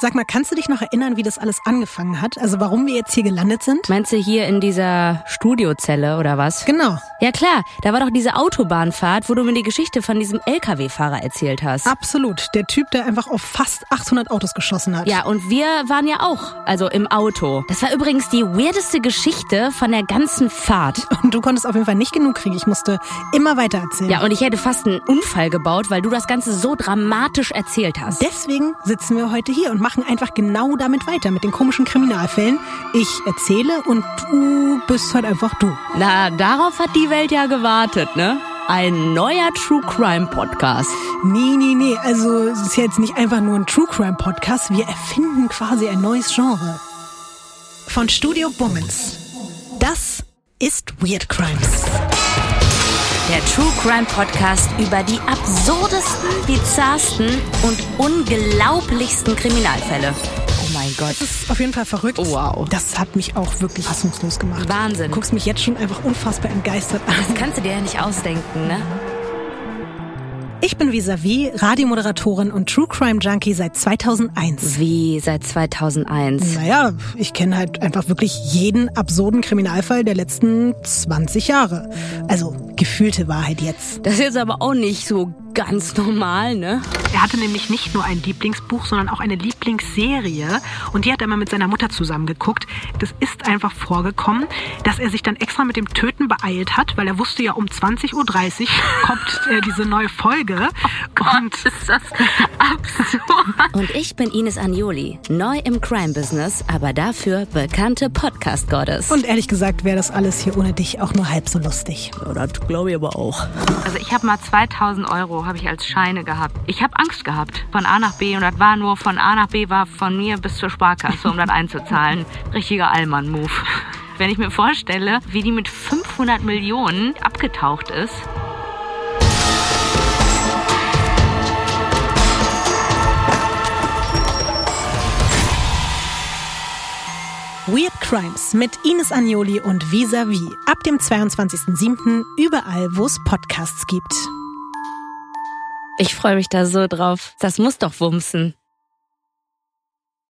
Sag mal, kannst du dich noch erinnern, wie das alles angefangen hat? Also warum wir jetzt hier gelandet sind? Meinst du hier in dieser Studiozelle oder was? Genau. Ja klar, da war doch diese Autobahnfahrt, wo du mir die Geschichte von diesem LKW-Fahrer erzählt hast. Absolut. Der Typ, der einfach auf fast 800 Autos geschossen hat. Ja, und wir waren ja auch, also im Auto. Das war übrigens die weirdeste Geschichte von der ganzen Fahrt. Und du konntest auf jeden Fall nicht genug kriegen. Ich musste immer weiter erzählen. Ja, und ich hätte fast einen Unfall gebaut, weil du das Ganze so dramatisch erzählt hast. Deswegen sitzen wir heute hier und machen einfach genau damit weiter, mit den komischen Kriminalfällen. Ich erzähle und du bist halt einfach du. Na, darauf hat die Welt ja gewartet, ne? Ein neuer True Crime Podcast. Nee, nee, nee. Also es ist ja jetzt nicht einfach nur ein True Crime Podcast. Wir erfinden quasi ein neues Genre. Von Studio Bummens. Das ist Weird Crimes. Der True Crime Podcast über die absurdesten, bizarrsten und unglaublichsten Kriminalfälle. Oh mein Gott. Das ist auf jeden Fall verrückt. Oh, Wow. Das hat mich auch wirklich fassungslos gemacht. Wahnsinn. Du guckst mich jetzt schon einfach unfassbar entgeistert an. Das kannst du dir ja nicht ausdenken, ne? Ich bin Visavi, Radiomoderatorin und True Crime Junkie seit 2001. Wie seit 2001. Naja, ich kenne halt einfach wirklich jeden absurden Kriminalfall der letzten 20 Jahre. Also gefühlte Wahrheit jetzt. Das ist jetzt aber auch nicht so ganz normal, ne? Er hatte nämlich nicht nur ein Lieblingsbuch, sondern auch eine Lieblingsserie. Und die hat er mal mit seiner Mutter zusammengeguckt. Das ist einfach vorgekommen, dass er sich dann extra mit dem Töten beeilt hat, weil er wusste ja, um 20.30 Uhr kommt äh, diese neue Folge. und Oh ist das absurd. Und ich bin Ines Agnoli, neu im Crime-Business, aber dafür bekannte Podcast-Goddess. Und ehrlich gesagt wäre das alles hier ohne dich auch nur halb so lustig. das glaube ich aber auch. Also ich habe mal 2000 Euro habe ich als Scheine gehabt. Ich habe Angst gehabt von A nach B und das war nur von A nach B war von mir bis zur Sparkasse, um das einzuzahlen. Richtiger Allmann-Move. Wenn ich mir vorstelle, wie die mit 500 Millionen abgetaucht ist. Weird Crimes mit Ines Agnoli und Visavi ab dem 22.07. überall, wo es Podcasts gibt. Ich freue mich da so drauf. Das muss doch wumsen.